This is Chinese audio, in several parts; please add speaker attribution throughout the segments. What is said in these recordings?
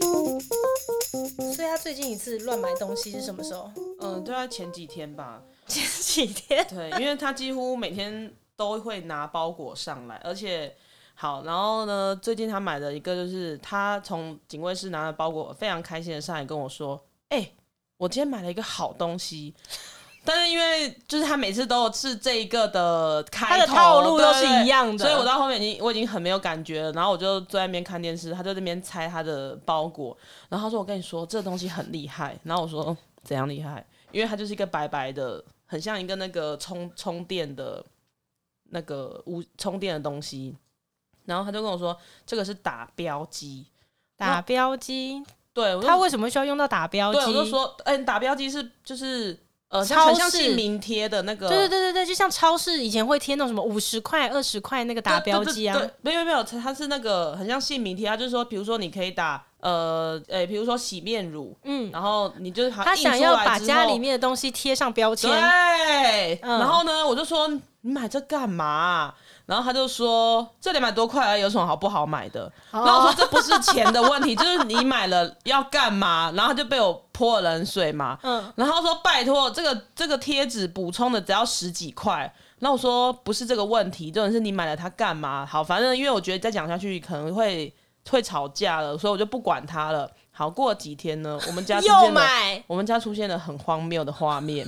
Speaker 1: 所以他最近一次乱买东西是什么时候？
Speaker 2: 嗯，就在前几天吧。
Speaker 1: 前几 天。
Speaker 2: 对，因为他几乎每天都会拿包裹上来，而且好，然后呢，最近他买的一个就是他从警卫室拿了包裹，非常开心的上来跟我说：“哎、我今天买了一个好 东西。”但是因为就是他每次都是这一个的开
Speaker 1: 他的
Speaker 2: 头，
Speaker 1: 套路
Speaker 2: 对
Speaker 1: 都
Speaker 2: 对
Speaker 1: 是
Speaker 2: 对
Speaker 1: 一样的
Speaker 2: 所以我到后面已经我已经很没有感觉了。然后我就坐在那边看电视，他就在那边拆他的包裹，然后他说：“我跟你说，这东西很厉害。”然后我说：“怎样厉害？”因为它就是一个白白的，很像一个那个充充电的那个无充电的东西。然后他就跟我说，这个是打标机。
Speaker 1: 打标机，
Speaker 2: 对，我就
Speaker 1: 他为什么需要用到打标机？
Speaker 2: 对我就说，哎、打标机是就是呃，
Speaker 1: 超
Speaker 2: 像很像
Speaker 1: 市
Speaker 2: 姓名贴的那个，
Speaker 1: 对对对对对，就像超市以前会贴那种什么五十块、二十块那个打标记啊
Speaker 2: 对，对对没有没有，它是那个很像姓名贴，它就是说，比如说你可以打呃呃，比如说洗面乳，
Speaker 1: 嗯，
Speaker 2: 然后你就是好
Speaker 1: 他
Speaker 2: 像
Speaker 1: 想
Speaker 2: 印出
Speaker 1: 要
Speaker 2: 来
Speaker 1: 把
Speaker 2: 之
Speaker 1: 家
Speaker 2: 后
Speaker 1: 里面的东西贴上标签，
Speaker 2: 对，
Speaker 1: 嗯
Speaker 2: 然后呢，我就说你买这干嘛啊、然后他就说这两百多块而已有什么好不好买的？
Speaker 1: 哦
Speaker 2: 然后我说这不是钱的问题，就是你买了要干嘛？然后他就被我泼冷水嘛。
Speaker 1: 嗯，
Speaker 2: 然后他说拜托，这个这个贴纸补充的只要十几块。然后我说不是这个问题，重点是你买了它干嘛？好，反正因为我觉得再讲下去可能会会吵架了，所以我就不管它了。好，过了几天呢，我们家出现了
Speaker 1: 又买，
Speaker 2: 我们家出现了很荒谬的画面，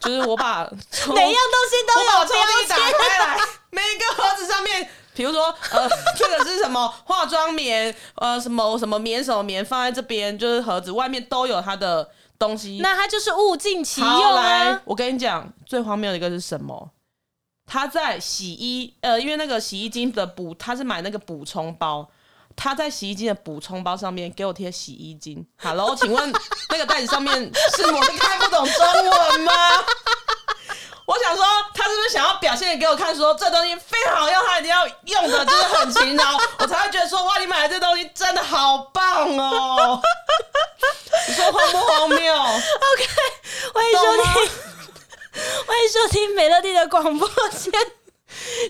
Speaker 2: 就是我 把抽
Speaker 1: 每样东西都
Speaker 2: 我把
Speaker 1: 有
Speaker 2: 抽
Speaker 1: 标
Speaker 2: 屉打
Speaker 1: 签。
Speaker 2: 开来，每一个盒子上面，比如说呃，这个是什么化妆棉，呃，什么什么棉什么棉放在这边，就是盒子外面都有它的东西。
Speaker 1: 那他就是物尽其用
Speaker 2: 好来
Speaker 1: 啊！，
Speaker 2: 我跟你讲，最荒谬的一个是什么？他在洗衣，呃，因为那个洗衣精的补，他是买那个补充包，他在洗衣精的补充包上面给我贴洗衣精。Hello，请问那个袋子上面是我看不懂中文吗？我想说，他是不是想要表现给我看说，这东西非常好用，他一定要用的，就是很勤劳，我才会觉得说，哇，你买的这东西真的好棒哦！你说荒不荒 谬？
Speaker 1: 欢迎
Speaker 2: 懂
Speaker 1: 收
Speaker 2: 吗
Speaker 1: 听， 欢迎收听美乐蒂的广播间。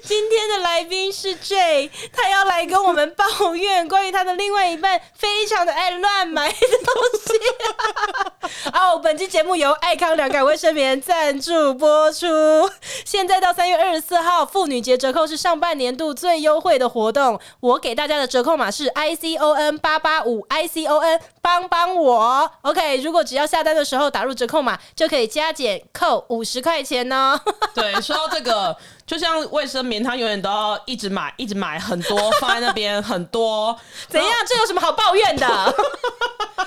Speaker 1: 今天的来宾是 J，他要来跟我们抱怨关于他的另外一半非常的爱乱买的东西。 哦，本期节目由爱康良感卫生棉赞助播出。现在到三月二十四号，妇女节折扣是上半年度最优惠的活动。我给大家的折扣码是 I C O N 八八五 I C O N，帮帮我。OK，如果只要下单的时候打入折扣码，就可以加减扣五十块钱哦。
Speaker 2: 对，说到这个，就像卫生棉，它永远都要一直买，一直买很多，放在那边很多。
Speaker 1: 怎样？这有什么好抱怨的？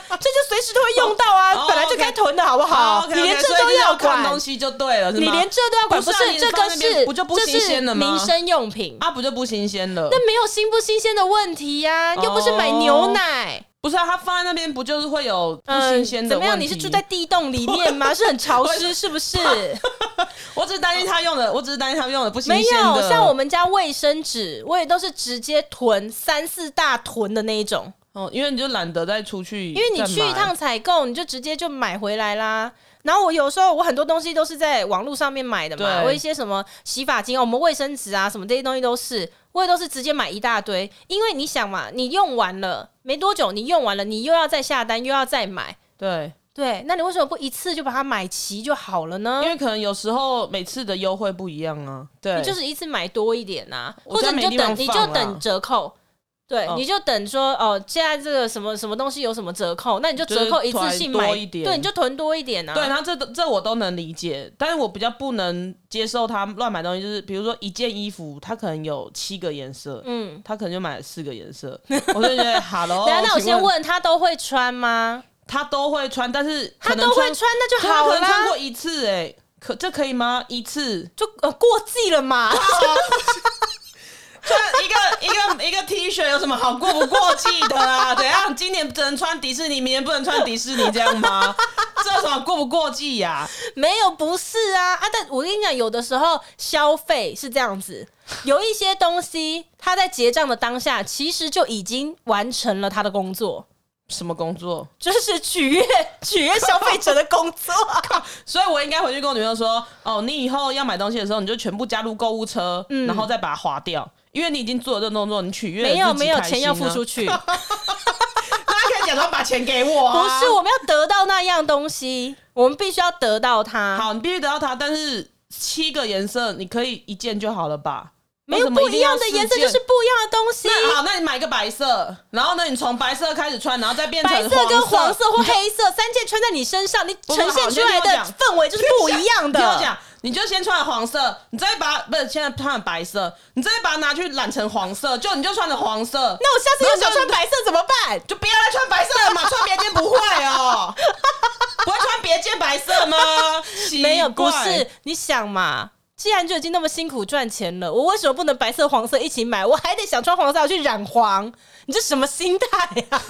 Speaker 1: 这就随时都会用到啊
Speaker 2: 哦，
Speaker 1: 本来就该囤的好不好？
Speaker 2: OK，OK，
Speaker 1: 你连这
Speaker 2: 所以
Speaker 1: 都
Speaker 2: 就是要看
Speaker 1: 管
Speaker 2: 东，西就对了，是吗
Speaker 1: 你连这都要管，
Speaker 2: 不
Speaker 1: 不
Speaker 2: 是啊
Speaker 1: 是
Speaker 2: 你
Speaker 1: 这
Speaker 2: 放
Speaker 1: 个
Speaker 2: 那边
Speaker 1: 是
Speaker 2: 不就不
Speaker 1: 这
Speaker 2: 新
Speaker 1: 是
Speaker 2: 鲜了吗
Speaker 1: 民生用品，
Speaker 2: 啊，不就不新鲜了？
Speaker 1: 那没有新不新鲜的问题呀，
Speaker 2: 哦
Speaker 1: 又不是买牛奶。
Speaker 2: 不是啊，它放在那边不就是会有不
Speaker 1: 嗯
Speaker 2: 新鲜的、
Speaker 1: 怎么
Speaker 2: 问
Speaker 1: 样？你
Speaker 2: 题
Speaker 1: 是住在地洞里面 吗？是很潮湿，是不是？
Speaker 2: 我只是担心它用的，我只是担心它用的不新
Speaker 1: 没
Speaker 2: 鲜
Speaker 1: 有
Speaker 2: 的。，
Speaker 1: 像我们家卫生纸，我也都是直接囤三四大囤的那一种。
Speaker 2: 哦，因为你就懒得再出去，因
Speaker 1: 因为你去一趟采购，你就直接就买回来啦。然后我有时候我很多东西都是在网络上面买的嘛，
Speaker 2: 对
Speaker 1: 我一些什么洗发精、我们卫生纸啊什么这些东西都是，我也都是直接买一大堆。因为你想嘛，你用完了没多久，你用完了，你又要再下单，又要再买。
Speaker 2: 对，
Speaker 1: 对，那你为什么不一次就把它买齐就好了呢
Speaker 2: 因？为可能有时候每次的优惠不一样啊。对，
Speaker 1: 你就是一次买多一点啊，
Speaker 2: 我
Speaker 1: 或
Speaker 2: 家
Speaker 1: 者你就
Speaker 2: 没地方
Speaker 1: 等你就
Speaker 2: 放啦啊
Speaker 1: 等折扣，对，
Speaker 2: 哦
Speaker 1: 你就等说哦，现在这个什么什么东西有什么折扣，那你就折扣
Speaker 2: 就是
Speaker 1: 一次性
Speaker 2: 囤多
Speaker 1: 买
Speaker 2: 一点
Speaker 1: 对，你就囤多一点啊。
Speaker 2: 对，然后这都这我都能理解，但是我比较不能接受他乱买东西，就是比如说一件衣服，他可能有七个颜色，
Speaker 1: 嗯，
Speaker 2: 他可能就买了四个颜色，我就 觉得 hello
Speaker 1: 等一下，
Speaker 2: 请。
Speaker 1: 那我先问他都会穿吗？
Speaker 2: 他都会穿，但是
Speaker 1: 他
Speaker 2: 可能
Speaker 1: 都会
Speaker 2: 穿，
Speaker 1: 穿，那就
Speaker 2: 对他
Speaker 1: 好啊
Speaker 2: 可
Speaker 1: 了
Speaker 2: 能穿
Speaker 1: 啦，
Speaker 2: 过一次、哎，可这可以吗？一次
Speaker 1: 就呃过季了嘛。
Speaker 2: 穿一个一个一个 T 恤有什么好过不过季的啊？怎样？今年只能穿迪士尼，明年不能穿迪士尼，这样吗？这有什么过不过季呀、
Speaker 1: 没有，不是啊啊！但我跟你讲，有的时候消费是这样子，有一些东西他在结账的当下，其实就已经完成了他的工作，
Speaker 2: 什么工作？
Speaker 1: 就是取悦取悦消费者的工 作啊。
Speaker 2: 所以我应该回去跟我女朋友说，哦，你以后要买东西的时候，你就全部加入购物车，
Speaker 1: 嗯
Speaker 2: 然后再把它划掉，因为你已经做了这个动作，你取悦了
Speaker 1: 没有
Speaker 2: 自己啊
Speaker 1: 没有，
Speaker 2: 开心
Speaker 1: 钱要付出
Speaker 2: 啊。
Speaker 1: 去。
Speaker 2: 赶快把钱给我、啊。
Speaker 1: 不是，我们要得到那样东西，我们必须要得到它。
Speaker 2: 好，你必须得到它，但是七个颜色你可以一件就好了吧？
Speaker 1: 没
Speaker 2: 为
Speaker 1: 有
Speaker 2: 什么
Speaker 1: 不
Speaker 2: 一定
Speaker 1: 一
Speaker 2: 要
Speaker 1: 样的颜色，
Speaker 2: 四
Speaker 1: 就
Speaker 2: 件
Speaker 1: 是不一样的东西。
Speaker 2: 那好，那你买个白色，然后呢，你从白色开始穿，然后再变成
Speaker 1: 白色跟黄
Speaker 2: 黄
Speaker 1: 色或黑色三件穿在你身上，你
Speaker 2: 不
Speaker 1: 呈
Speaker 2: 好
Speaker 1: 现
Speaker 2: 你
Speaker 1: 出
Speaker 2: 先
Speaker 1: 来
Speaker 2: 听
Speaker 1: 的
Speaker 2: 我讲
Speaker 1: 氛围就是不一样的。
Speaker 2: 听我讲，你就先穿黄色，你再把不是现在穿白色，你再把它拿去染成黄色，就你就穿着黄色，
Speaker 1: 那我下次又想
Speaker 2: 那就
Speaker 1: 穿白色怎么办？
Speaker 2: 就不要再穿白色了嘛，穿别件不会哦，不会穿别件白色吗？奇
Speaker 1: 没有，不
Speaker 2: 怪
Speaker 1: 是，你想嘛，既然就已经那么辛苦赚钱了，我为什么不能白色、黄色一起买？我还得想穿黄色我去染黄，你这什么心态啊？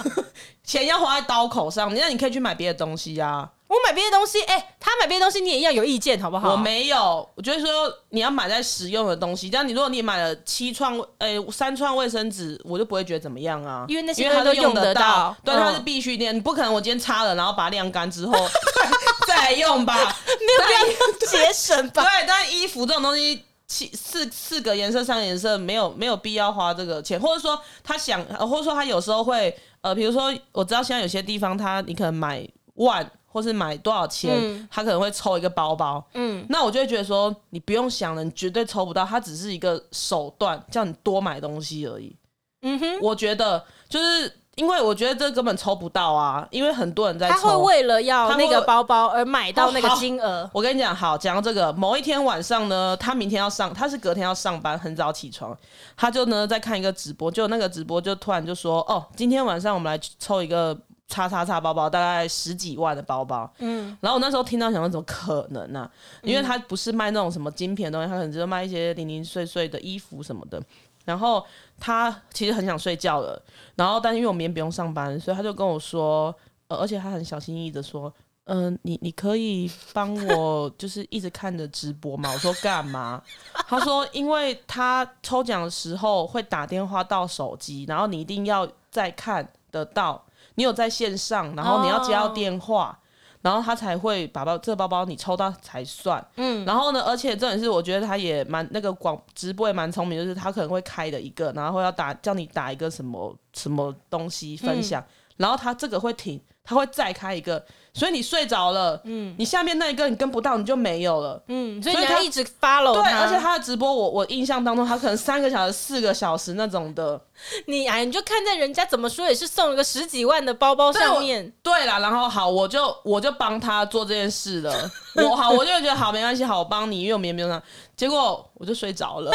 Speaker 2: 钱要花在刀口上，那你可以去买别的东西啊。
Speaker 1: 我买别的东西，哎、他买别的东西你也一样有意见，好不好？
Speaker 2: 我没有，我就是说你要买在实用的东西。但你如果你买了七串，诶、三串卫生纸，我就不会觉得怎么样啊，
Speaker 1: 因为那些
Speaker 2: 它
Speaker 1: 东
Speaker 2: 是
Speaker 1: 西都用
Speaker 2: 用
Speaker 1: 得
Speaker 2: 到
Speaker 1: 到，
Speaker 2: 对，
Speaker 1: 嗯
Speaker 2: 它是必须的。你不可能我今天擦了，然后把它晾干之后 再用吧？
Speaker 1: 没有必要节省
Speaker 2: 对
Speaker 1: 吧？，
Speaker 2: 但衣服这种东西。七四四个颜色、三个颜色，没有没有必要花这个钱，或者说他想，呃或者说他有时候会，呃，比如说我知道现在有些地方他你可能买万或是买多少钱，
Speaker 1: 嗯
Speaker 2: 他可能会抽一个包包，
Speaker 1: 嗯，
Speaker 2: 那我就会觉得说，你不用想了，你绝对抽不到，它只是一个手段，叫你多买东西而已。
Speaker 1: 嗯哼，
Speaker 2: 我觉得就是因为我觉得这根本抽不到啊，因为很多人在抽。啊
Speaker 1: 他会为了要
Speaker 2: 他会
Speaker 1: 那个包包而买到那个
Speaker 2: 哦
Speaker 1: 金额。
Speaker 2: 我跟你讲，好，讲到这个，某一天晚上呢，他明天要上，他是隔天要上班，很早起床，他就呢在看一个直播，就那个直播就突然就说，哦，今天晚上我们来抽一个叉叉叉包包，大概十几万的包包，嗯，然后我那时候听到想说，怎么可能呢、因为他不是卖那种什么精品的东西，他可能只是卖一些零零碎碎的衣服什么的。然后他其实很想睡觉了，然后但是因为我明天不用上班，所以他就跟我说，呃，而且他很小心翼翼的说，嗯、你你可以帮 我就是一直看着直播嘛？我说干嘛？他说因为他抽奖的时候会打电话到手机，然后你一定要再看得到，你有在线上，然后你要接到
Speaker 1: 哦
Speaker 2: 电话。然后他才会把包这包包你抽到才算，
Speaker 1: 嗯
Speaker 2: 然后呢，而且重点是，我觉得他也蛮那个广直播也蛮聪明，就是他可能会开的一个，然后要打叫你打一个什么什么东西分享，然后他这个会停，他会再开一个，所以你睡着了，嗯，你下面那一个你跟不到，你就没有了。
Speaker 1: 嗯，所以
Speaker 2: 所以
Speaker 1: 你
Speaker 2: 他
Speaker 1: 要一直 follow
Speaker 2: 对，而且
Speaker 1: 他，
Speaker 2: 他的直播我，我印象当中，他可能三个小时、四个小时那种的。
Speaker 1: 你哎，你就看在人家怎么说也是送了个十几万的包包上面，
Speaker 2: 对啦，然后好，我就我就帮他做这件事 了。我好，我就觉得好，没关系，好，我帮你，因为我明天没有上。结果我就睡 着了。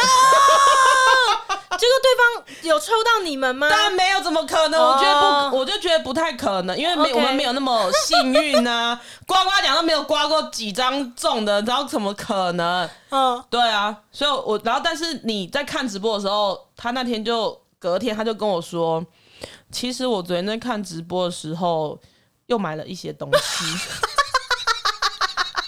Speaker 1: 结果对方有抽到你们吗？
Speaker 2: 啊当然没有，怎么可能？我觉得不，
Speaker 1: 哦
Speaker 2: 我就觉得不太可能，因为没
Speaker 1: OK
Speaker 2: 我们没有那么幸 运啊。刮刮奖都没有刮过几张中的，然后怎么可能？
Speaker 1: 嗯，
Speaker 2: 对啊，所以我然后但是你在看直播的时候，他那天就隔天他就跟我说，其实我昨天在看直播的时候又买了一些东 西。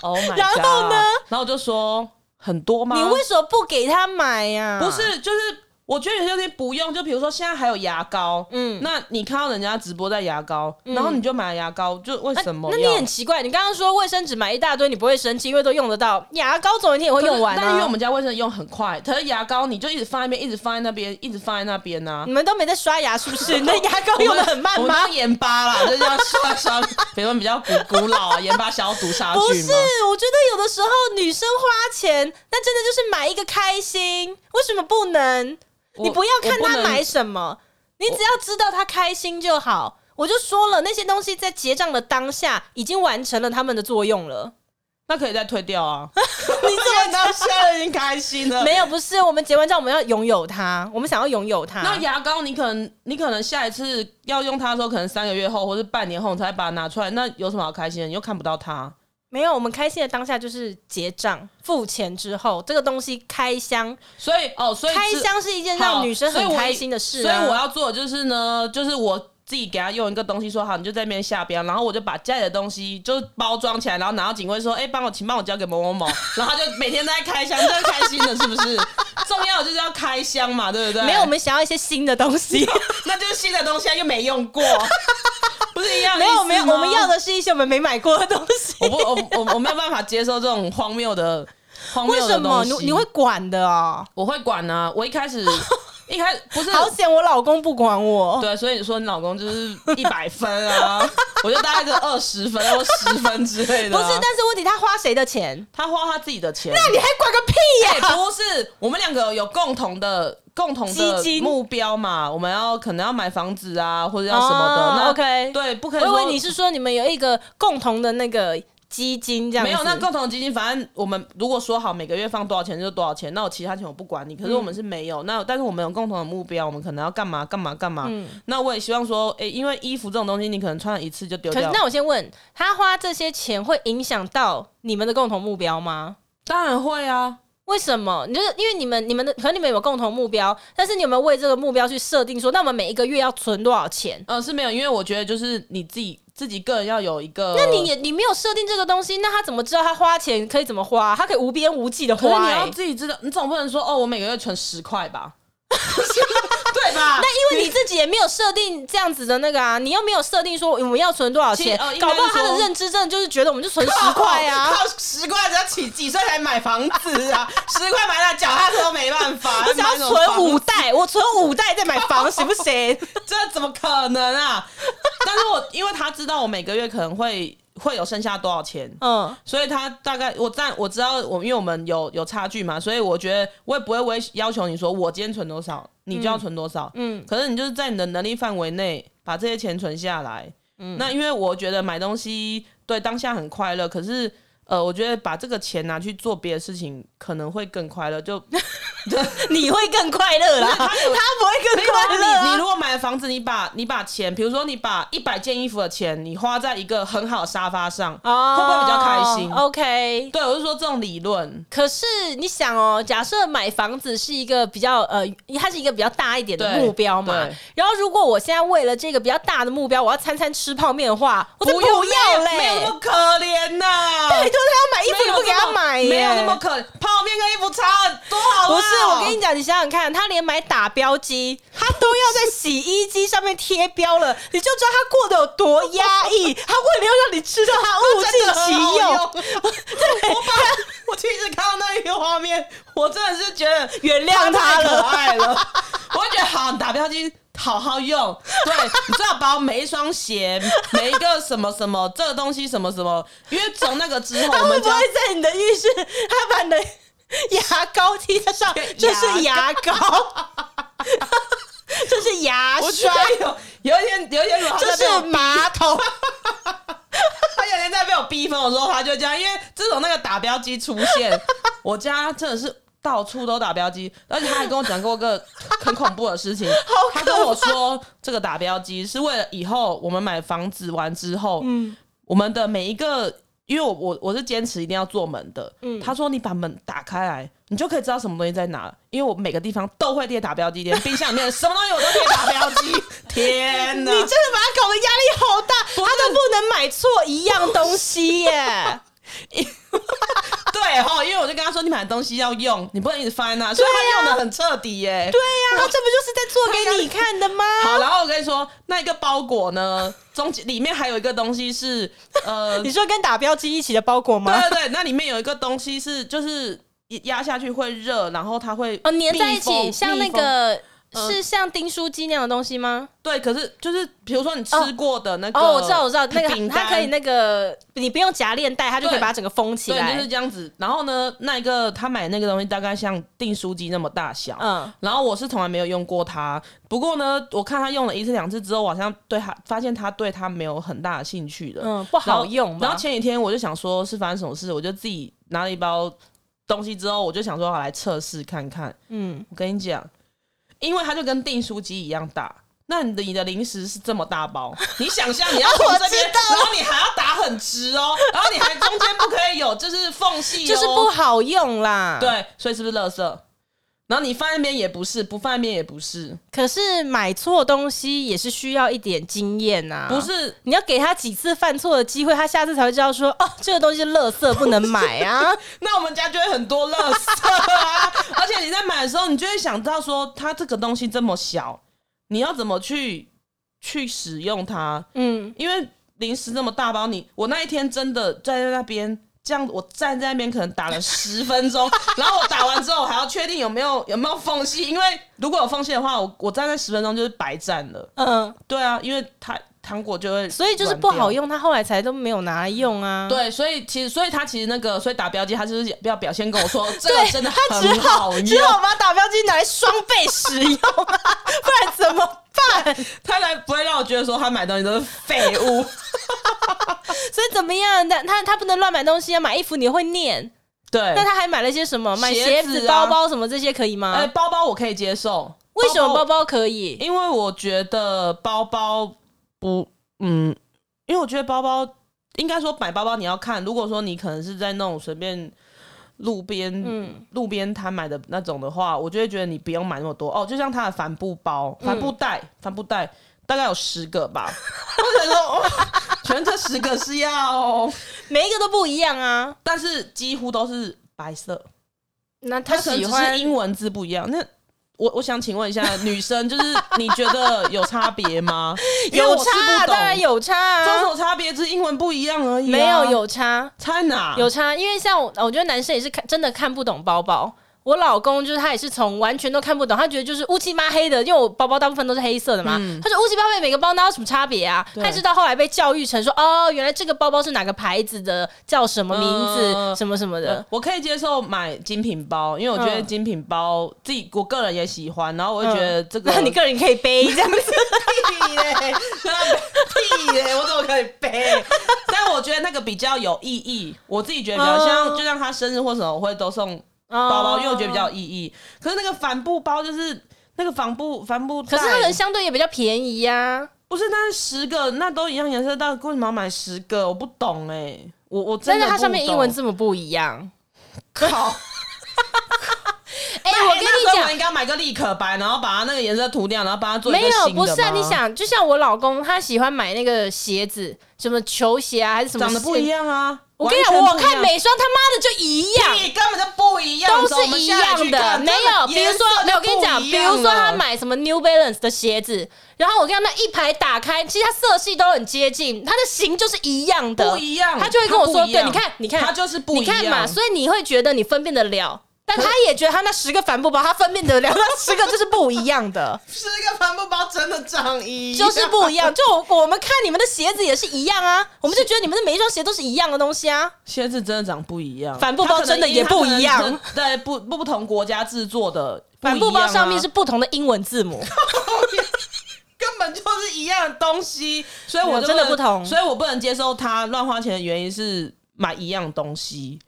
Speaker 2: oh my god！
Speaker 1: 然后呢？
Speaker 2: 然后我就说很多吗？
Speaker 1: 你为什么不给他买呀、
Speaker 2: 嗯不，是，就是我觉得有些东西不用，就比如说现在还有牙膏，
Speaker 1: 嗯，
Speaker 2: 嗯那你看到人家直播在牙膏，然后你就买了牙膏，就为什么
Speaker 1: 那
Speaker 2: 要？
Speaker 1: 你很奇怪，你刚刚说卫生纸买一大堆，你不会生气，因为都用得到。牙膏总有一天也会
Speaker 2: 可是
Speaker 1: 用完
Speaker 2: 但因为我
Speaker 1: 啊。
Speaker 2: 们家卫生用很快，可是牙膏你就一直放在那边，一直放在那边，一直放在那边啊呢、
Speaker 1: 你们都没在刷牙是不 是？你的牙膏用的很慢
Speaker 2: 我们
Speaker 1: 吗
Speaker 2: 叫？盐巴啦，就是要刷刷，别 人比较古古老啊，盐巴消毒杀
Speaker 1: 不
Speaker 2: 菌
Speaker 1: 是
Speaker 2: 嘛。，
Speaker 1: 我觉得有的时候女生花钱，那真的就是买一个开心，为什么不能？
Speaker 2: 我
Speaker 1: 你不要看
Speaker 2: 我不
Speaker 1: 她
Speaker 2: 能
Speaker 1: 买什么，你只要知道她开心就好。我就说了，那些东西在结账的当下已经完成了他们的作用了。
Speaker 2: 那可以再退掉啊。
Speaker 1: 你怎么
Speaker 2: 到现在已经开心了。
Speaker 1: 没有？不是，我们结完账我们要拥有它，我们想要拥有它。
Speaker 2: 那牙膏你可能你可能下一次要用它的时候，可能三个月后或是半年后你才把它拿出来，那有什么好开心的？你又看不到它。
Speaker 1: 没有，我们开心的当下就是结账、付钱之后，这个东西开箱，
Speaker 2: 所以哦，所以
Speaker 1: 开
Speaker 2: 是
Speaker 1: 箱是一件
Speaker 2: 好
Speaker 1: 让女生
Speaker 2: 所以
Speaker 1: 很
Speaker 2: 我
Speaker 1: 开心的事、
Speaker 2: 所
Speaker 1: 啊
Speaker 2: 以我要做的就是呢，就是我自己给他用一个东西说好，你就在那边下标，然后我就把家里的东西就是包装起来，然后拿到警卫说，哎、帮我请帮我交给某某某， 然后他就每天都在开箱，这是开心的，是不是？ 重要的就是要开箱嘛，对不对？
Speaker 1: 没有，我们想要一些新的东西。
Speaker 2: 那就是新的东西啊又没用过， 不是一样的
Speaker 1: 没
Speaker 2: 意思
Speaker 1: 有
Speaker 2: 吗
Speaker 1: 没有，我们要的是一些我们没买过的东 西。
Speaker 2: 我不我我我没有办法接受这种荒谬的荒
Speaker 1: 为
Speaker 2: 谬的
Speaker 1: 什么
Speaker 2: 东
Speaker 1: 你
Speaker 2: 西。
Speaker 1: 你会管的哦？
Speaker 2: 我会管啊！我一开始。一开始不是
Speaker 1: 好险我老公不管我，
Speaker 2: 对，啊所以你说你老公就是一百分啊， 我就大概就二十分或十分之类的
Speaker 1: 不
Speaker 2: 啊、
Speaker 1: 是，但是问题他花谁的钱？
Speaker 2: 他花他自己的钱，
Speaker 1: 那你还管个屁
Speaker 2: 啊哎、
Speaker 1: 呀、
Speaker 2: 不是，我们两个有共同的共同
Speaker 1: 基
Speaker 2: 的
Speaker 1: 金
Speaker 2: 目标嘛？我们要可能要买房子啊，或者要什么的。
Speaker 1: 哦
Speaker 2: 那
Speaker 1: OK
Speaker 2: 对，不可以
Speaker 1: 我以
Speaker 2: 说。
Speaker 1: 为你是说你们有一个共同的那个基金这样子，
Speaker 2: 没有，那共同基金，反正我们如果说好每个月放多少钱就多少钱，那我其他钱我不管你。可是我们
Speaker 1: 嗯
Speaker 2: 是没有，那但是我们有共同的目标，我们可能要干嘛干嘛干嘛。
Speaker 1: 嗯
Speaker 2: 那我也希望说，诶，因为衣服这种东西，你可能穿了一次就丢
Speaker 1: 可是
Speaker 2: 掉。
Speaker 1: 那我先问，他花这些钱会影响到你们的共同目标吗？
Speaker 2: 当然会啊，
Speaker 1: 为什么？你就是因为你们、你们的，可能你们有共同目标，但是你有没有为这个目标去设定说，那我们每一个月要存多少钱？
Speaker 2: 呃，是没有，因为我觉得就是你自己自己个人要有一个。
Speaker 1: 那你也你没有设定这个东西，那他怎么知道他花钱可以怎么花？他可以无边无际的
Speaker 2: 可是
Speaker 1: 花、
Speaker 2: 你
Speaker 1: 欸
Speaker 2: 要自己知道，你总不能说哦，我每个月存十块 吧，对吧？
Speaker 1: 那因为你自己也没有设定这样子的那个啊，你又没有设定说我们要存多少
Speaker 2: 其
Speaker 1: 钱
Speaker 2: 实哦，应该
Speaker 1: 搞不好
Speaker 2: 是
Speaker 1: 他
Speaker 2: 说
Speaker 1: 的认知症就是觉得我们就存十块啊。
Speaker 2: 靠十块只要起几岁才买房子啊？十块买了脚踏车都没办法，
Speaker 1: 我只要
Speaker 2: 还买什么
Speaker 1: 存
Speaker 2: 房
Speaker 1: 五代，我存五代再买房， 行不行？
Speaker 2: 这怎么可能啊？但是我因为他知道我每个月可能会会有剩下多少钱，
Speaker 1: 嗯，
Speaker 2: 所以他大概我但我知道我因为我们有有差距嘛，所以我觉得我也不会为要求你说我今天存多少，你就要存多少。嗯，可是你就是在你的能力范围内把这些钱存下来。嗯，那因为我觉得买东西对当下很快乐，可是。呃，我觉得把这个钱拿去做别的事情可能会更快乐。就
Speaker 1: 你会更快乐啦，他
Speaker 2: 他有
Speaker 1: 不会更快乐
Speaker 2: 你你
Speaker 1: 啊、
Speaker 2: 如果买了房子，你把你把钱，比如说你把一百件衣服的钱，你花在一个很好的沙发上，
Speaker 1: 哦
Speaker 2: 会不会比较开心？
Speaker 1: ？OK。
Speaker 2: 对，我是说这种理论，
Speaker 1: 可是你想哦，假设买房子是一个比较呃，它是一个比较大一点的
Speaker 2: 对
Speaker 1: 目标嘛
Speaker 2: 对。
Speaker 1: 然后如果我现在为了这个比较大的目标，我要餐餐吃泡面的话，我就
Speaker 2: 用
Speaker 1: 要嘞。
Speaker 2: 没有那么啊可怜呐、
Speaker 1: 拜托他要买衣服，
Speaker 2: 没
Speaker 1: 你
Speaker 2: 有
Speaker 1: 不给他买耶
Speaker 2: 没有那么可啊泡面跟衣服差很多，好
Speaker 1: 不
Speaker 2: 好
Speaker 1: 是，我跟你讲，你想想看，他连买打标机，他都要在洗衣机上面贴标了，你就知道他过得有多压抑。他为了要让你吃到他物
Speaker 2: 真
Speaker 1: 尽
Speaker 2: 的
Speaker 1: 其
Speaker 2: 很好
Speaker 1: 用，
Speaker 2: 用。 我把我其实看到那个画面，我真的是觉得
Speaker 1: 原谅他
Speaker 2: 太可
Speaker 1: 了。
Speaker 2: 爱了。我会觉得好，你打标机好好用，对你最好把我每一双鞋、每一个什么什么这个东西什么什么，因为从那个之后
Speaker 1: 他
Speaker 2: 哦我
Speaker 1: 会
Speaker 2: 们
Speaker 1: 不
Speaker 2: 就
Speaker 1: 会在你的浴室，他把你的牙膏贴在 上，这是牙膏， 这是牙
Speaker 2: 我觉
Speaker 1: 刷，
Speaker 2: 得有有一天有一天如果他
Speaker 1: 这
Speaker 2: 在被我
Speaker 1: 是马桶。
Speaker 2: 他有一天在被我逼疯的时候，他就这样，因为自从那个打标机出现，我家真的是。到处都打标机，而且他还跟我讲过个很恐怖的事情。他跟我说，这个打标机是为了以后我们买房子完之后，嗯，我们的每一个，因为我我我是坚持一定要做门的，嗯，他说你把门打开来，你就可以知道什么东西在哪了，因为我每个地方都会贴打标机，连冰箱里面什么东西我都贴打标机。 天哪！
Speaker 1: 你真的把他搞得压力好大，他都不能买错一样东西耶。
Speaker 2: 对哦，因为我就跟他说，你买的东西要用，你不能一直放在那，所以他用的很彻底耶。
Speaker 1: 啊对 啊呀、他这不就是在做给你看的吗？
Speaker 2: 好，然后我跟你说，那一个包裹呢，中间里面还有一个东西是，呃，
Speaker 1: 你
Speaker 2: 对
Speaker 1: 说跟打标机一起的包裹吗？
Speaker 2: 对对，那里面有一个东西是，就是压下去会热，然后它会
Speaker 1: 哦，粘在一
Speaker 2: 密
Speaker 1: 起，
Speaker 2: 封
Speaker 1: 像那
Speaker 2: 密封
Speaker 1: 个
Speaker 2: 嗯
Speaker 1: 是像订书机那样的东西吗？
Speaker 2: 对，可是就是比如说你吃过的那个，
Speaker 1: 哦，我知道，我知道，那
Speaker 2: 饼
Speaker 1: 个它
Speaker 2: 干
Speaker 1: 可以那个，你不用夹链带，它就可以把它整个封起
Speaker 2: 对，就
Speaker 1: 来
Speaker 2: 是。这样子。然后呢，那一个他买的那个东西大概像订书机那么大小，
Speaker 1: 嗯，
Speaker 2: 然后我是从来没有用过它，不过呢，我看他用了一次两次之后，我好像对他发现他对他没有很大的兴趣了，
Speaker 1: 嗯不好
Speaker 2: 然后
Speaker 1: 用吧
Speaker 2: 然后前几天我就想说是发生什么事，我就自己拿了一包东西之后，我就想说好来测试看看。
Speaker 1: 嗯，
Speaker 2: 我跟你讲，因为它就跟订书机一样大。那你的你的零食是这么大 包，你想象你要从
Speaker 1: 我
Speaker 2: 这边，
Speaker 1: 知道
Speaker 2: 然后你还要打很直哦，然后你还中间不可以有就是缝隙、哦，
Speaker 1: 就是不好用啦。，
Speaker 2: 对，所以是不是垃圾？然后你放在那边也不是，不放在那边也不是，
Speaker 1: 可是买错东西也是需要一点经验呐。
Speaker 2: 不，是
Speaker 1: 你要给他几次犯错的机会，他下次才会知道说，哦，这个东西是垃圾，不能买 啊。
Speaker 2: 那我们家就会很多垃圾 啊！而且你在买的时候，你就会想到说，它这个东西这么小，你要怎么去去使用它？
Speaker 1: 嗯，
Speaker 2: 因为零食这么大包，你我那一天真的在那边这样我站在那边可能打了十分 钟，然后我打完之后还要确定有没有有没有缝隙，因为如果有缝隙的话，我我站在十分钟就是白站了。
Speaker 1: 嗯，
Speaker 2: 对啊，因为它糖果就会，
Speaker 1: 所以就是不好。用，他后来才都没有拿来用啊。
Speaker 2: 对，所以其实，所以他其实那个，所以打标记，他就是要表现跟我说，这个
Speaker 1: 对，
Speaker 2: 真的
Speaker 1: 他只
Speaker 2: 很好用，
Speaker 1: 只好把打标机拿来双倍使用啊， 不然怎么办？
Speaker 2: 他才不会让我觉得说他买东西都是废物。
Speaker 1: 所以怎么样？他他他不能乱买东西啊，买衣服你会念。
Speaker 2: 对，
Speaker 1: 那他还买了些什么？买鞋
Speaker 2: 鞋
Speaker 1: 子、
Speaker 2: 子啊
Speaker 1: 包包什么这些可以吗？
Speaker 2: 哎、包包我可以接受，
Speaker 1: 为什么包
Speaker 2: 包？
Speaker 1: 包可以？
Speaker 2: 因为我觉得包包不，嗯，因为我觉得包包应该说买包包你要看，如果说你可能是在那种随便路边、
Speaker 1: 嗯
Speaker 2: 路边摊买的那种的话，我就会觉得你不用买那么多哦。就像它的帆布包、
Speaker 1: 嗯
Speaker 2: 帆布袋、帆布袋。大概有十个吧， 我想说，哇全这十个是要，
Speaker 1: 每一个都不一样啊。
Speaker 2: 但是几乎都是白色，
Speaker 1: 那他
Speaker 2: 它可能
Speaker 1: 喜
Speaker 2: 只
Speaker 1: 欢
Speaker 2: 是英文字不一样。那我我想请问一下，女生就是你觉得有差别吗？因为
Speaker 1: 有
Speaker 2: 我是
Speaker 1: 差
Speaker 2: 不
Speaker 1: 啊，
Speaker 2: 懂
Speaker 1: 当然有差
Speaker 2: 这有什
Speaker 1: 啊，
Speaker 2: 么差别？只是英文不一样而已、啊。
Speaker 1: 没有有差
Speaker 2: 差在哪？
Speaker 1: 有差，因为像我，我觉得男生也是看真的看不懂包包。我老公就是他也是从完全都看不懂，他觉得就是乌漆嘛黑的，因为我包包大部分都是黑色的嘛，他说乌漆嘛黑每个包哪有什么差别啊？
Speaker 2: 嗯对
Speaker 1: 他直到后来被教育成说哦，原来这个包包是哪个牌子的，叫什么名字，
Speaker 2: 嗯
Speaker 1: 什么什么的。
Speaker 2: 我可以接受买精品包，因为我觉得
Speaker 1: 嗯
Speaker 2: 精品包自己我个人也喜欢，然后呃我就觉得这个、
Speaker 1: 那你个人可以背这样子，
Speaker 2: 屁嘞， 屁嘞，我怎么可以背？ 但我觉得那个比较有意义，我自己觉得比较像，
Speaker 1: 哦
Speaker 2: 就像他生日或什么，我会都送包
Speaker 1: 包
Speaker 2: 包，因为我觉得比较。有意义。可是那个帆布包就是那个帆布帆布
Speaker 1: 可
Speaker 2: 袋，
Speaker 1: 是它很相对也比较便宜呀、
Speaker 2: 不是那十个那都一样颜色，但为什么要买十个？我不懂哎、我我真
Speaker 1: 但
Speaker 2: 的
Speaker 1: 是它
Speaker 2: 不
Speaker 1: 上面
Speaker 2: 懂
Speaker 1: 英文字母不一样。
Speaker 2: 靠。
Speaker 1: 哎、我跟你
Speaker 2: 那时候
Speaker 1: 讲
Speaker 2: 我，应该买个立可白，然后把它那个颜色涂掉，然后帮它做一个
Speaker 1: 没有，
Speaker 2: 新的
Speaker 1: 不是啊！
Speaker 2: 吗
Speaker 1: 你想，就像我老公，他喜欢买那个鞋子，什么球鞋啊，还是什么，
Speaker 2: 长得不一。样啊！
Speaker 1: 我跟你讲，
Speaker 2: 完全
Speaker 1: 我
Speaker 2: 不一样
Speaker 1: 看美霜他妈的就一样，
Speaker 2: 你根本就不一样，
Speaker 1: 都
Speaker 2: 走我
Speaker 1: 是
Speaker 2: 们
Speaker 1: 一
Speaker 2: 下来
Speaker 1: 样
Speaker 2: 去
Speaker 1: 的，
Speaker 2: 看
Speaker 1: 没有。比如说，没有，我跟你讲，比如说他，买什么 New Balance 的鞋子，然后我跟他那一排打开，其实它色系都很接近，它的型就是一样的，
Speaker 2: 不一样
Speaker 1: 他就会跟我说
Speaker 2: 它：“不一
Speaker 1: 对，
Speaker 2: 样
Speaker 1: 你看，你看，
Speaker 2: 它就是不
Speaker 1: 你看
Speaker 2: 一
Speaker 1: 嘛。”
Speaker 2: 样
Speaker 1: 所以你会觉得你分辨得了。但他也觉得他那十个帆布包，他分辨得了，那十个就是不一样的。
Speaker 2: 是一个帆布包真的长一
Speaker 1: 就是不一 样。就我我们看你们的鞋子也是一样啊，我们就觉得你们的每一双鞋都是一样的东西啊。
Speaker 2: 鞋子真的长不一样，
Speaker 1: 帆布包真的也不一样
Speaker 2: 它可能它可能是对，不不不同国家制作的
Speaker 1: 帆布包上面是
Speaker 2: 不啊
Speaker 1: 不同的英文字母，
Speaker 2: 一样啊根本就是一样的东西，所以
Speaker 1: 没
Speaker 2: 我
Speaker 1: 有
Speaker 2: 就
Speaker 1: 真的
Speaker 2: 能
Speaker 1: 不同
Speaker 2: 所以我不能接受他乱花钱的原因是买一样东西，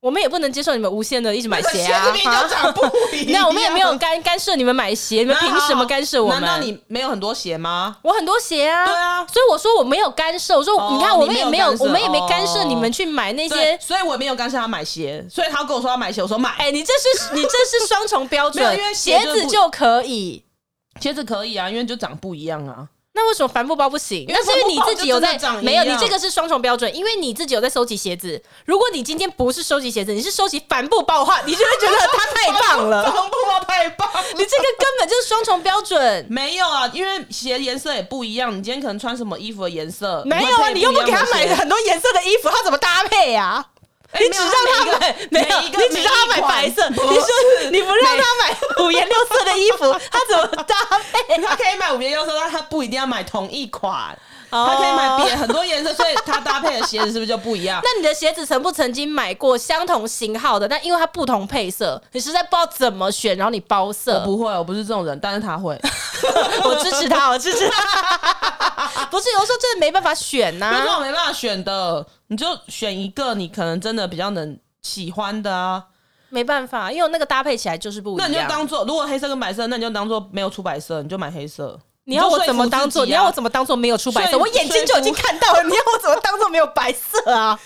Speaker 1: 我们也不能接受你们无限的一直买鞋 啊。
Speaker 2: 明明就长不一样。
Speaker 1: 那我们也没 有干干涉你们买鞋，你们
Speaker 2: 那好
Speaker 1: 凭什么干涉我们？
Speaker 2: 难道你没有很多鞋吗？
Speaker 1: 我很多鞋啊，
Speaker 2: 对啊
Speaker 1: 所以我说我没有干涉。我说
Speaker 2: 哦
Speaker 1: 你看，我们
Speaker 2: 你没
Speaker 1: 也
Speaker 2: 有
Speaker 1: 没有
Speaker 2: 干，涉
Speaker 1: 我们也没干涉
Speaker 2: 哦
Speaker 1: 你们去买那
Speaker 2: 对
Speaker 1: 些，。
Speaker 2: 所以我也没有干涉他买鞋，所以他跟我说要买鞋，我说买。
Speaker 1: 哎，你这是你这是双重标
Speaker 2: 没有
Speaker 1: 准
Speaker 2: 因为，鞋
Speaker 1: 鞋
Speaker 2: 就是
Speaker 1: 子
Speaker 2: 不
Speaker 1: 就可以。
Speaker 2: 鞋子可以啊，因为就长不一样啊。
Speaker 1: 那为什么帆布包不行？
Speaker 2: 因为
Speaker 1: 那是因为你自己有在
Speaker 2: 帆布包就真的长一样
Speaker 1: 没有，你这个是双重标准，因为你自己有在收集鞋子。如果你今天不是收集鞋子，你是收集帆布包的话，你就会觉得它太棒 了。
Speaker 2: 布包太棒了！
Speaker 1: 你这个根本就是双重标准。
Speaker 2: 没有啊，因为鞋颜色也不一样。你今天可能穿什么衣服的颜色？
Speaker 1: 没有啊，你又不
Speaker 2: 不
Speaker 1: 给他买很多颜色的衣服，他怎么搭配啊？你只让他买
Speaker 2: 哎没
Speaker 1: 没
Speaker 2: 有啊
Speaker 1: 有，
Speaker 2: 他每一个
Speaker 1: 你
Speaker 2: 每一个
Speaker 1: 只让他买白色，你
Speaker 2: 每一款不
Speaker 1: 说你不让他买五颜六色的衣服，他怎么搭配？
Speaker 2: 他可以买五颜六色，但他不一定要买同一款。
Speaker 1: 哦
Speaker 2: 他可以买别很多颜色，所以他搭配的鞋子是不是就不一 样？
Speaker 1: 那你的鞋子曾不曾经买过相同型号的，但因为它不同配色，你实在不知道怎么选，然后你包色。
Speaker 2: 我不会，我不是这种人，但是他会。
Speaker 1: 我支持他，我支持他。 不是，有时候真的没办法选 呐、
Speaker 2: 那种没办法选的，你就选一个你可能真的比较能喜欢的啊。
Speaker 1: 没办法，因为那个搭配起来就是不一
Speaker 2: 那
Speaker 1: 样。
Speaker 2: 你就当做，如果黑色跟白色，那你就当做没有出白色，你就买黑色。
Speaker 1: 你要我怎么当做？
Speaker 2: 你
Speaker 1: 你
Speaker 2: 就
Speaker 1: 要我
Speaker 2: 说服自己啊
Speaker 1: 怎么当做没有出白色？
Speaker 2: 说服
Speaker 1: 我眼睛就已经看到 了，你要我怎么当做没有白色啊？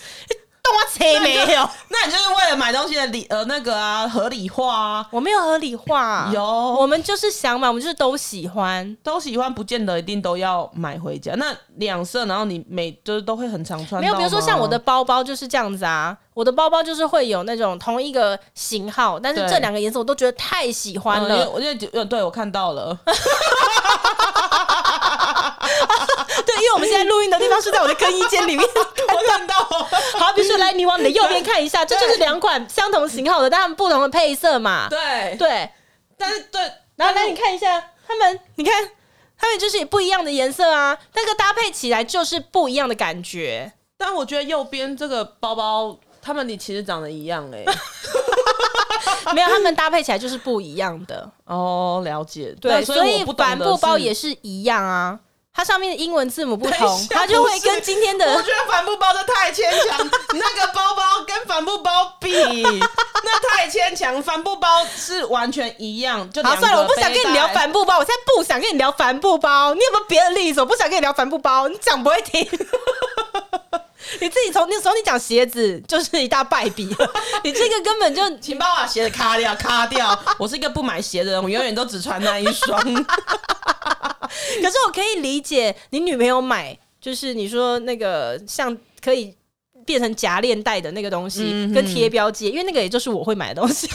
Speaker 1: 动我切没有？
Speaker 2: 那你就是为了买东西的理呃那个啊合理化啊，
Speaker 1: 我没有合理化、
Speaker 2: 有
Speaker 1: 我们就是想买，我们就是都喜欢。
Speaker 2: 都喜欢，不见得一定都要买回家。那两色，然后你每就是都会很常穿
Speaker 1: 没有，
Speaker 2: 到吗。
Speaker 1: 比如说像我的包包就是这样子啊，我的包包就是会有那种同一个型号，但是
Speaker 2: 对
Speaker 1: 这两个颜色我都觉得太喜欢
Speaker 2: 嗯因为
Speaker 1: 了，
Speaker 2: 我就觉得对我看到了，
Speaker 1: 对，因为我们现在录音的地方是在我的更衣间里面。
Speaker 2: 我看到，
Speaker 1: 好，比如说来，你往你的右边看一下，这就是两款相同型号的，但它们不同的配色嘛。
Speaker 2: 对，
Speaker 1: 对，
Speaker 2: 但是对，
Speaker 1: 然后来你看一下它们，你看它们就是不一样的颜色啊，那个搭配起来就是不一样的感觉。
Speaker 2: 但我觉得右边这个包包，他们你其实长得一样哎、啊
Speaker 1: 没有，它们搭配起来就是不一样 的。
Speaker 2: 哦，了解，
Speaker 1: 对，
Speaker 2: 那所
Speaker 1: 所以
Speaker 2: 我不懂
Speaker 1: 帆
Speaker 2: 的
Speaker 1: 布包
Speaker 2: 是
Speaker 1: 也是一样啊，它上面的英文字母不
Speaker 2: 等一
Speaker 1: 同，
Speaker 2: 下
Speaker 1: 它就会
Speaker 2: 不是
Speaker 1: 跟今天的
Speaker 2: 我觉得帆布包这太牵强，那个包包跟帆布包比，那太牵强。帆布包是完全一样，就
Speaker 1: 好，
Speaker 2: 两个
Speaker 1: 算了，我不想跟你聊
Speaker 2: 背带
Speaker 1: 帆布包，我现在不想跟你聊帆布包。你有没有别的例子？我不想跟你聊帆布包，你讲不会听。你自己从那时候你讲鞋子就是一大败 笔，你这个根本就
Speaker 2: 请帮我把鞋子卡掉，卡 掉。我是一个不买鞋的人，我永远都只穿那一 双。
Speaker 1: 可是我可以理解你女朋友买，就是你说那个像可以变成夹链带的那个东西，
Speaker 2: 嗯
Speaker 1: 跟贴标记，因为那个也就是我会买的东 西。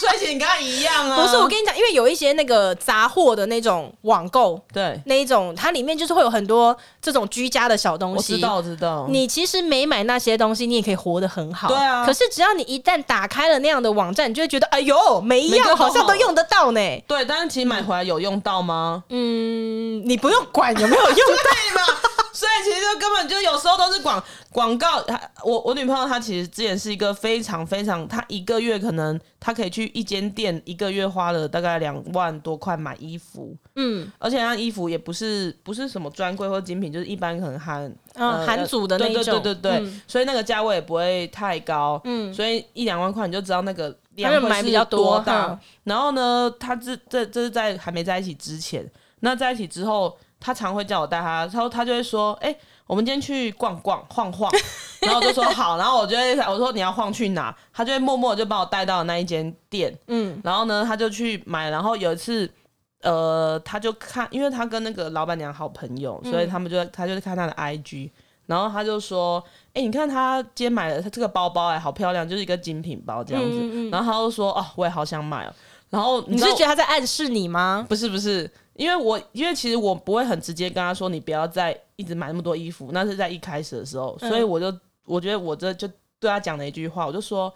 Speaker 2: 所以其实你跟他一样啊。
Speaker 1: 不是，我跟你讲，因为有一些那个杂货的那种网购
Speaker 2: 对，
Speaker 1: 那一种，它里面就是会有很多这种居家的小东
Speaker 2: 我
Speaker 1: 西。
Speaker 2: 知道，我知道。
Speaker 1: 你其实没买那些东西，你也可以活得很好。
Speaker 2: 对啊
Speaker 1: 可是只要你一旦打开了那样的网站，你就会觉得，哎呦，每一
Speaker 2: 每
Speaker 1: 样
Speaker 2: 个都
Speaker 1: 好像都用得到呢。
Speaker 2: 对，但是其实买回来有用到吗？
Speaker 1: 嗯，你不用管有没有用到，
Speaker 2: 对嘛？所以其实就根本就有时候都是广广告。她我我女朋友她其实之前是一个非常非常，她一个月可能她可以去一间店，一个月花了大概两万多块买衣服，
Speaker 1: 嗯，
Speaker 2: 而且她衣服也不是不是什么专柜或精品，就是一般可能韩
Speaker 1: 嗯
Speaker 2: 呃
Speaker 1: 韩组的那一
Speaker 2: 对对
Speaker 1: 种
Speaker 2: 对对对，
Speaker 1: 嗯
Speaker 2: 所以那个价位也不会太高，
Speaker 1: 嗯
Speaker 2: 嗯，所以一两万块你就知道那个量
Speaker 1: 她就
Speaker 2: 会
Speaker 1: 买
Speaker 2: 是
Speaker 1: 比较多
Speaker 2: 多大。
Speaker 1: 嗯
Speaker 2: 然后呢，她这这这是在还没在一起之前，那在一起之后，她常会叫我带她，然后她就会说，哎、我们今天去逛逛晃晃，然后我就说好，然后我就会我说你要晃去哪，她就会默默地就把我带到那一间店，
Speaker 1: 嗯
Speaker 2: 然后呢，他就去买，然后有一次，呃，他就看，因为他跟那个老板娘好朋友，
Speaker 1: 嗯
Speaker 2: 所以他们就他就看他的 IG，然后他就说，哎、你看他今天买了他这个包包、哎，好漂亮，就是一个精品包这样子。
Speaker 1: 嗯嗯嗯
Speaker 2: 然后他就说，哦，我也好想买哦。然后你
Speaker 1: 你
Speaker 2: 知道
Speaker 1: 是觉得他在暗示你吗？
Speaker 2: 不是不是，因为我因为其实我不会很直接跟他说你不要再一直买那么多衣服，那是在一开始的时候，所以
Speaker 1: 嗯
Speaker 2: 我就我觉得我这就对他讲了一句话，我就说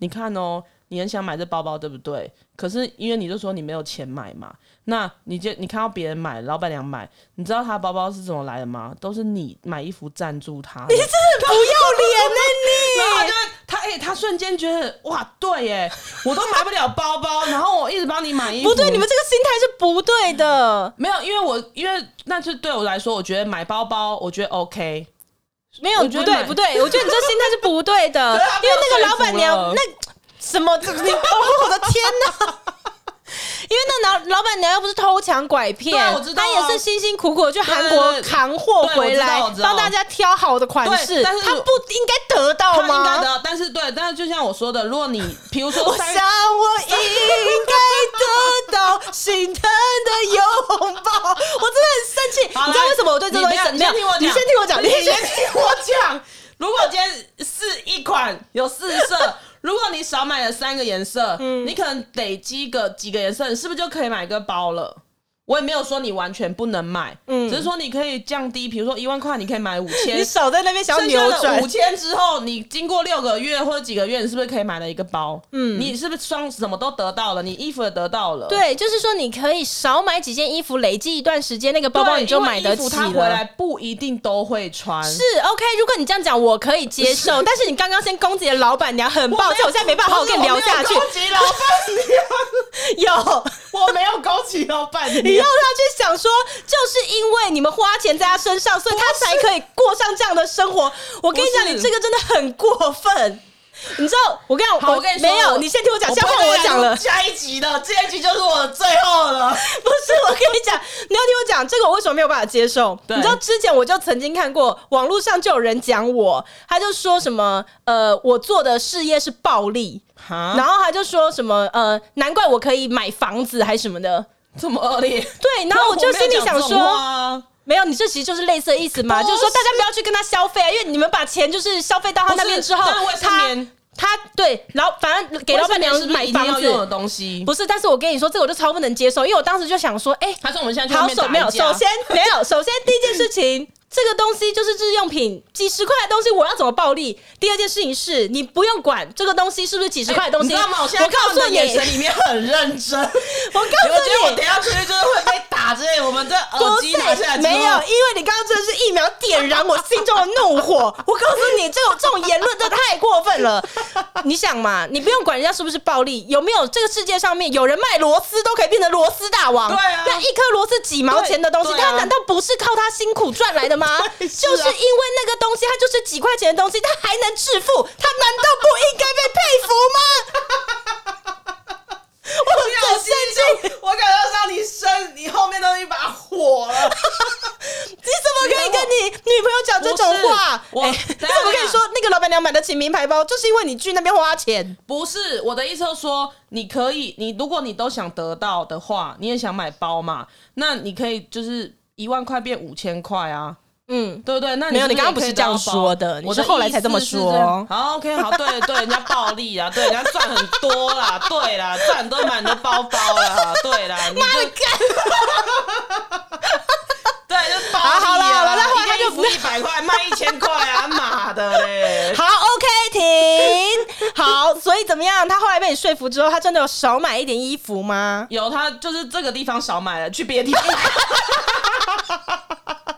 Speaker 2: 你看哦，你很想买这包包对不对？可是因为你就说你没有钱买嘛，那你就你看到别人买，老板娘买，你知道他的包包是怎么来的吗？都是你买衣服赞助他的，
Speaker 1: 不要脸呢、
Speaker 2: 然后他就他哎、他瞬间觉得哇对耶，我都买不了包包，然后我一直帮你买衣
Speaker 1: 你
Speaker 2: 服，
Speaker 1: 不对，你们这个心态是不对的。
Speaker 2: 没有，因为我因为那就对我来说，我觉得买包包，我觉得 OK。
Speaker 1: 没有，
Speaker 2: 我觉
Speaker 1: 不
Speaker 2: 得
Speaker 1: 对，
Speaker 2: 啊买
Speaker 1: 不对，我觉得你这心态是不对的，
Speaker 2: 可是他
Speaker 1: 因
Speaker 2: 被
Speaker 1: 为
Speaker 2: 我
Speaker 1: 那个
Speaker 2: 说
Speaker 1: 老
Speaker 2: 服
Speaker 1: 板娘
Speaker 2: 了
Speaker 1: 那什 么，这你哦我的天哪！因为那老老板娘又不是偷抢拐骗，
Speaker 2: 对我知道啊
Speaker 1: 她也是辛辛苦苦去韩国
Speaker 2: 对对对
Speaker 1: 扛货
Speaker 2: 对我
Speaker 1: 回
Speaker 2: 知道
Speaker 1: 来
Speaker 2: 我，知道
Speaker 1: 帮大家挑好的款式，
Speaker 2: 对但是
Speaker 1: 她不应该得
Speaker 2: 他
Speaker 1: 到
Speaker 2: 应该
Speaker 1: 吗？
Speaker 2: 的，但是对，但是就像我说的，如果你比如说
Speaker 1: 我
Speaker 2: 三
Speaker 1: 想我应该得到心疼的拥抱，我真的很生气。
Speaker 2: 好
Speaker 1: 你知道
Speaker 2: 来
Speaker 1: 为什么我对这
Speaker 2: 你
Speaker 1: 东西
Speaker 2: 不要
Speaker 1: 生没有
Speaker 2: 你先听我
Speaker 1: 你
Speaker 2: 讲
Speaker 1: 先听我讲，
Speaker 2: 你先
Speaker 1: 听
Speaker 2: 听我讲，如果今天是一款有四色，如果你少买了三个颜色，
Speaker 1: 嗯
Speaker 2: 你可能累积个几个颜色，你是不是就可以买一个包了？我也没有说你完全不能买，
Speaker 1: 嗯
Speaker 2: 只是说你可以降低，比如说一万块，你可以买五千
Speaker 1: 你，少在那边想要
Speaker 2: 剩
Speaker 1: 扭
Speaker 2: 下
Speaker 1: 转
Speaker 2: 的五。千之后，你经过六个月或者几个月，你是不是可以买了一个包？
Speaker 1: 嗯
Speaker 2: 嗯，你是不是双什么都得到了？你衣服也得到了，
Speaker 1: 对，就是说你可以少买几件衣服，累积一段时间，那个
Speaker 2: 对，
Speaker 1: 包包你就买得
Speaker 2: 因为
Speaker 1: 起
Speaker 2: 衣服它回
Speaker 1: 了
Speaker 2: 来。不一定都会穿，
Speaker 1: 是 OK，如果你这样讲，我可以接受。但是你刚刚先攻击了老板娘，很抱歉，我现在没办法好好跟你聊下去
Speaker 2: 我没有。攻击老板
Speaker 1: 有，
Speaker 2: 娘， 我没有攻击老板
Speaker 1: 你让
Speaker 2: 娘。
Speaker 1: 他去想说，就是因为你们花钱在他身上，所以他才可以过上这样的生活。我跟你讲，
Speaker 2: 不是
Speaker 1: 你这个真的很过分。你知道，我跟你讲，
Speaker 2: 好，我跟你说，
Speaker 1: 没有，你先听我讲，先换我讲了。
Speaker 2: 下一集的这一集就是我的最 后了。
Speaker 1: 不是，我跟你讲，你要听我讲，这个我为什么没有办法接受？你
Speaker 2: 对
Speaker 1: 知道之前我就曾经看过网络上就有人讲我，他就说什么呃，我做的事业是暴利，然
Speaker 2: 哈，
Speaker 1: 后他就说什么呃，难怪我可以买房子还什么的。
Speaker 2: 这么恶劣。
Speaker 1: 对，然后我就心里想
Speaker 2: 我没有讲这种话
Speaker 1: 说，
Speaker 2: 啊
Speaker 1: 没有，你这其实就是类似的意思嘛，
Speaker 2: 不
Speaker 1: 就是是说大家不要去跟他消费啊，因为你们把钱就是消费到他那边之后
Speaker 2: 不是但，我也是
Speaker 1: 他
Speaker 2: 棉
Speaker 1: 他对老反正给老板娘
Speaker 2: 卫生棉
Speaker 1: 买
Speaker 2: 是不是一定
Speaker 1: 房
Speaker 2: 要
Speaker 1: 子
Speaker 2: 用的东西。
Speaker 1: 不是，但是我跟你说，这个我就超不能接受，因为我当时就想说，哎、
Speaker 2: 他说我们现在去
Speaker 1: 好
Speaker 2: 外面
Speaker 1: 首
Speaker 2: 打
Speaker 1: 没有，
Speaker 2: 一
Speaker 1: 首
Speaker 2: 架，
Speaker 1: 先没有，首先第一件事情，这个东西就是日用品，几十块的东西我要怎么暴利？第二件事情是你不用管这个东西是不是几十块的东
Speaker 2: 你
Speaker 1: 西，
Speaker 2: 知道吗？我现在
Speaker 1: 我告
Speaker 2: 看你
Speaker 1: 诉
Speaker 2: 的
Speaker 1: 你，
Speaker 2: 眼神里面很认 真，我
Speaker 1: 我
Speaker 2: 觉得
Speaker 1: 告
Speaker 2: 我
Speaker 1: 诉
Speaker 2: 等
Speaker 1: 你
Speaker 2: 一。下出去就是会被打之类。我们这
Speaker 1: 不
Speaker 2: 耳机拿下来
Speaker 1: 是
Speaker 2: 之后
Speaker 1: 没有，因为你刚刚真的是一秒点燃我心中的怒火。 我告诉你，这种这种言论真的太过分了。你想嘛，你不用管人家是不是暴力，有没有这个世界上面有人卖螺丝都可以变成螺丝大王？
Speaker 2: 对啊
Speaker 1: 那一颗螺丝几毛钱的东西，
Speaker 2: 对对啊
Speaker 1: 他难道不是靠他辛苦赚来的吗？
Speaker 2: 对是
Speaker 1: 就
Speaker 2: 啊
Speaker 1: 是因为那个东西，它就是几块钱的东西，他还能致富，他难道不应该被佩服吗？ 我
Speaker 2: 不
Speaker 1: 很
Speaker 2: 要
Speaker 1: 生气，
Speaker 2: 心中，我感觉到你身，你后面都是一把火了。
Speaker 1: 你怎么可以跟你女朋友讲这种话？
Speaker 2: 不是我
Speaker 1: 哎你
Speaker 2: 等一下
Speaker 1: 怎么可
Speaker 2: 等
Speaker 1: 以
Speaker 2: 一下
Speaker 1: 说那个老板娘买得起名牌包，就是因为你去那边花钱？
Speaker 2: 不是我的意思，就是说你可以，你如果你都想得到的话，你也想买包嘛，那你可以就是一万块变五千块啊，
Speaker 1: 嗯，
Speaker 2: 对不对？那
Speaker 1: 没有
Speaker 2: 是不
Speaker 1: 你刚刚不
Speaker 2: 是
Speaker 1: 是
Speaker 2: 也可
Speaker 1: 这
Speaker 2: 以
Speaker 1: 样
Speaker 2: 得到包
Speaker 1: 说的你
Speaker 2: 我
Speaker 1: 是后来才这么
Speaker 2: 意思是
Speaker 1: 说
Speaker 2: 这样好，OK，好，对对，人家暴利啊，对，人家赚很多啦，对啦， 赚很多买很多包包啦，对啦，你就对，就暴利
Speaker 1: 好好啦好啦那后来
Speaker 2: 一
Speaker 1: 他
Speaker 2: 件
Speaker 1: 就
Speaker 2: 衣啊服一百块卖一千块啊，妈的 嘞！
Speaker 1: 好，OK，停。好，所以怎么样？他后来被你说服之后，他真的有少买一点衣服吗？
Speaker 2: 有他就是这个地方少买了，去别的地方。
Speaker 1: 那就代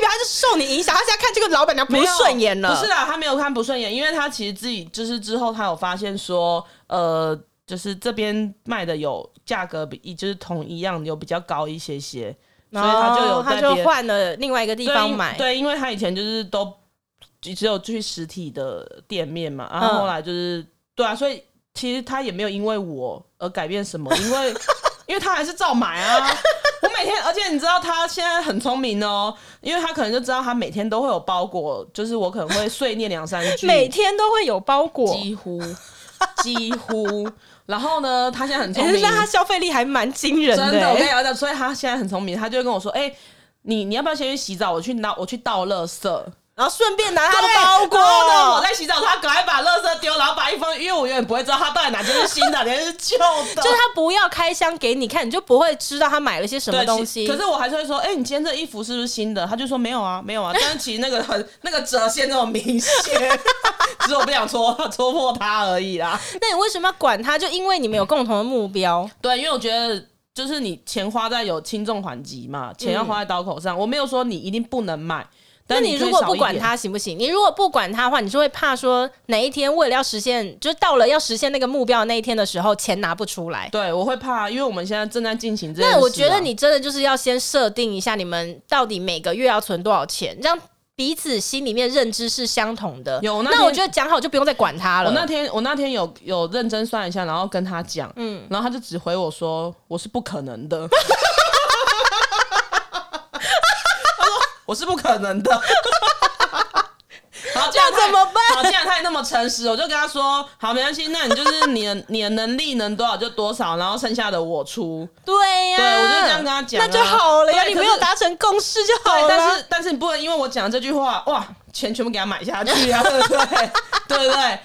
Speaker 1: 表他是受你影响，他现在看这个老板娘不
Speaker 2: 没有
Speaker 1: 顺眼了。
Speaker 2: 不是啦，他没有看不顺眼，因为他其实自己就是之后他有发现说，呃，就是这边卖的有价格比就是同一样有比较高一些些，所以他就有
Speaker 1: 他
Speaker 2: 在
Speaker 1: 哦就
Speaker 2: 别的
Speaker 1: 换了另外一个地方买。
Speaker 2: 对，因对，因为他以前就是都只有去实体的店面嘛，然
Speaker 1: 嗯
Speaker 2: 后后来就是、对啊，所以其实他也没有因为我而改变什么，因为 因为他还是照买啊。我每天，而且你知道他现在很聪明哦，因为他可能就知道他每天都会有包裹，就是我可能会碎念两三句，
Speaker 1: 每天都会有包裹，
Speaker 2: 几乎几乎。然后呢，他现在很聪
Speaker 1: 哎
Speaker 2: 明，
Speaker 1: 那他消费力还蛮惊人
Speaker 2: 真的，我跟你
Speaker 1: 的。欸
Speaker 2: 讲，所以他现在很聪明，他就会跟我说：“哎、你你要不要先去洗澡？我去拿，我去倒垃圾。”
Speaker 1: 然后顺便拿他的
Speaker 2: 对
Speaker 1: 包裹。
Speaker 2: 然后呢，我在洗澡，他赶快把垃圾丢，然后把一封，因为我永远不会知道他到底哪件是新的，哪件是旧的。
Speaker 1: 就是他不要开箱给你看，你就不会知道他买了些什么
Speaker 2: 对
Speaker 1: 东
Speaker 2: 其
Speaker 1: 西。
Speaker 2: 可是我还是会说，哎、你今天这衣服是不是新的？他就说没有啊，没有啊。但是其实那个很那个折线那种明显，只是我不想戳戳破他而已啦。
Speaker 1: 那你为什么要管他？就因为你们有共同的目标。
Speaker 2: 对，因为我觉得就是你钱花在有轻重缓急嘛，钱要花在刀口上。我没有说你一定不能买，
Speaker 1: 那
Speaker 2: 但
Speaker 1: 你
Speaker 2: 可以
Speaker 1: 如果
Speaker 2: 少
Speaker 1: 不
Speaker 2: 一
Speaker 1: 管
Speaker 2: 点，
Speaker 1: 他行不行？你如果不管他的话，你就会怕说哪一天为了要实现，就是到了要实现那个目标的那一天的时候，钱拿不出来。
Speaker 2: 对我会怕，因为我们现在正在进行这件事、啊。
Speaker 1: 那我觉得你真的就是要先设定一下，你们到底每个月要存多少钱，让彼此心里面认知是相同的。
Speaker 2: 有那
Speaker 1: 那
Speaker 2: 天
Speaker 1: 我觉得讲好就不用再管他了。
Speaker 2: 我那天我那天有有认真算一下，然后跟他讲，嗯，然后他就只回我说我是不可能 的，他说我是不可能的。 好，这样
Speaker 1: 那怎么办
Speaker 2: 好，既然他也那么诚实，我就跟他说，好，没关系，那你就是 你的你的能力能多少就多少，然后剩下的我出。
Speaker 1: 对呀、
Speaker 2: 对我就这样跟他讲啊
Speaker 1: 那就好了呀。
Speaker 2: 对
Speaker 1: 你
Speaker 2: 可
Speaker 1: 没
Speaker 2: 是
Speaker 1: 有达成共识就好
Speaker 2: 对，
Speaker 1: 了。
Speaker 2: 但是但是你不能因为我讲这句话，哇，钱全部给他买下去啊，对不对？ 对不对？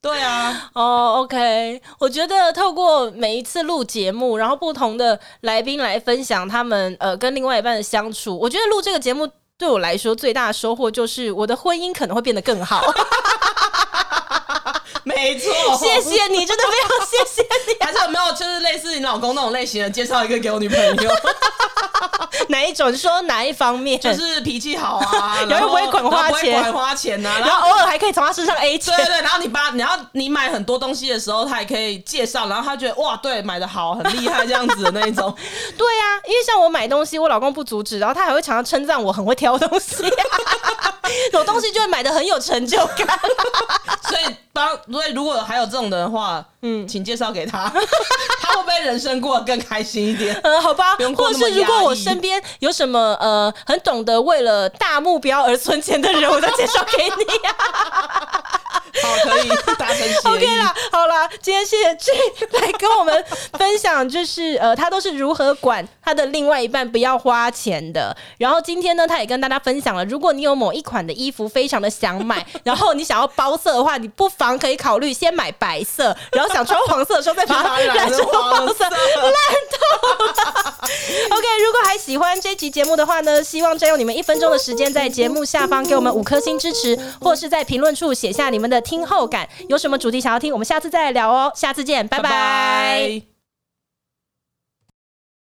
Speaker 2: 对啊，
Speaker 1: 哦、o k 我觉得透过每一次录节目，然后不同的来宾来分享他们呃跟另外一半的相处，我觉得录这个节目对我来说最大的收获就是我的婚姻可能会变得更 好。哦
Speaker 2: 没错，
Speaker 1: 谢谢你，真的非常谢谢 你。
Speaker 2: 还是有没有就是类似你老公那种类型的，介绍一个给我女朋 友，
Speaker 1: 哪一种？你说哪一方面？
Speaker 2: 就是脾气好 啊，
Speaker 1: 然后
Speaker 2: 后
Speaker 1: 不会管花钱
Speaker 2: 然后不会管花钱呐、啊，然
Speaker 1: 然
Speaker 2: 后。
Speaker 1: 后偶尔还可以从他身上 A 钱
Speaker 2: 对。对对，然后你把，然后你买很多东西的时候，他也可以介绍，然后他觉得哇，对，买的好，很厉害这样子的那一 种。
Speaker 1: 对啊，因为像我买东西，我老公不阻止，然后他还会常常称赞我很会挑东西、啊 有东西就会买的很有成就感。
Speaker 2: 所以帮，所以如果还有这种的话，嗯，请介绍给他， 他会不会人生过得更开心一 点？
Speaker 1: 呃，好吧，
Speaker 2: 不用过
Speaker 1: 或
Speaker 2: 那么
Speaker 1: 是如果
Speaker 2: 压抑
Speaker 1: 我身边有什么呃很懂得为了大目标而存钱的人，我再介绍给你、啊。
Speaker 2: 好，可以达成协议。
Speaker 1: OK 啦， 好啦，今天谢谢 J 来跟我们分享，就是呃，他都是如何管他的另外一半不要花钱的。然后今天呢，他也跟大家分享了，如果你有某一款的衣服非常的想买，然后你想要包色的话，你不妨可以考虑先买白色，然后想穿黄色的时候再把它染成 黄色。OK，如 果还喜欢这集节目的话呢，希望占用你们一分钟的时间，在节目下方给我们五颗星支持，或是在评论处写下你们的听后感，有什么主题想要听，我们下次再来聊哦。下次见，拜拜。
Speaker 2: 拜拜